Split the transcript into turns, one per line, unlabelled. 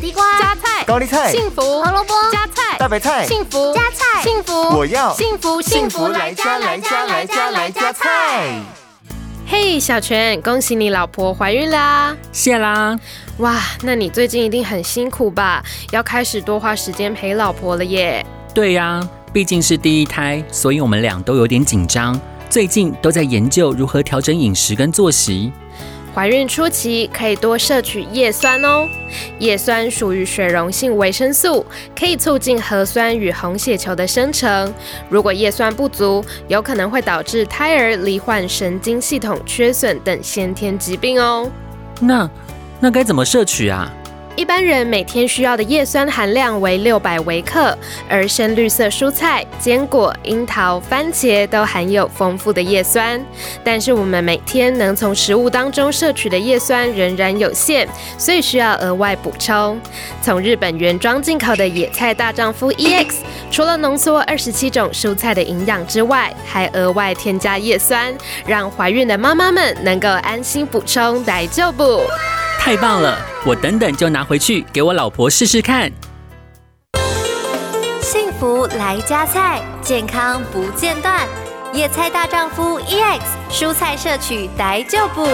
地瓜、
加菜、
高丽菜、
幸福、
胡萝卜、
加菜、
大白菜、
幸福、
加菜
幸福，
我要
幸福
幸福来家来家来家来家菜。
嘿小泉，恭喜你老婆怀孕啦！
谢啦。
哇，那你最近一定很辛苦吧？要开始多花时间陪老婆了耶。
对呀、毕竟是第一胎，所以我们俩都有点紧张。最近都在研究如何调整饮食跟作息。
怀孕初期可以多摄取叶酸哦，叶酸属于水溶性维生素，可以促进核酸与红血球的生成。如果叶酸不足，有可能会导致胎儿罹患神经系统缺损等先天疾病哦。
那那该怎么摄取啊？
一般人每天需要的叶酸含量为六百微克，而深绿色蔬菜、坚果、樱桃、番茄都含有丰富的叶酸。但是我们每天能从食物当中摄取的叶酸仍然有限，所以需要额外补充。从日本原装进口的野菜大丈夫 EX，除了浓缩二十七种蔬菜的营养之外，还额外添加叶酸，让怀孕的妈妈们能够安心补充来就补。
太棒了，我等等就拿回去给我老婆试试看。
幸福来加菜，健康不 E 间断。野菜大丈夫 EX，蔬菜摄取逮就补。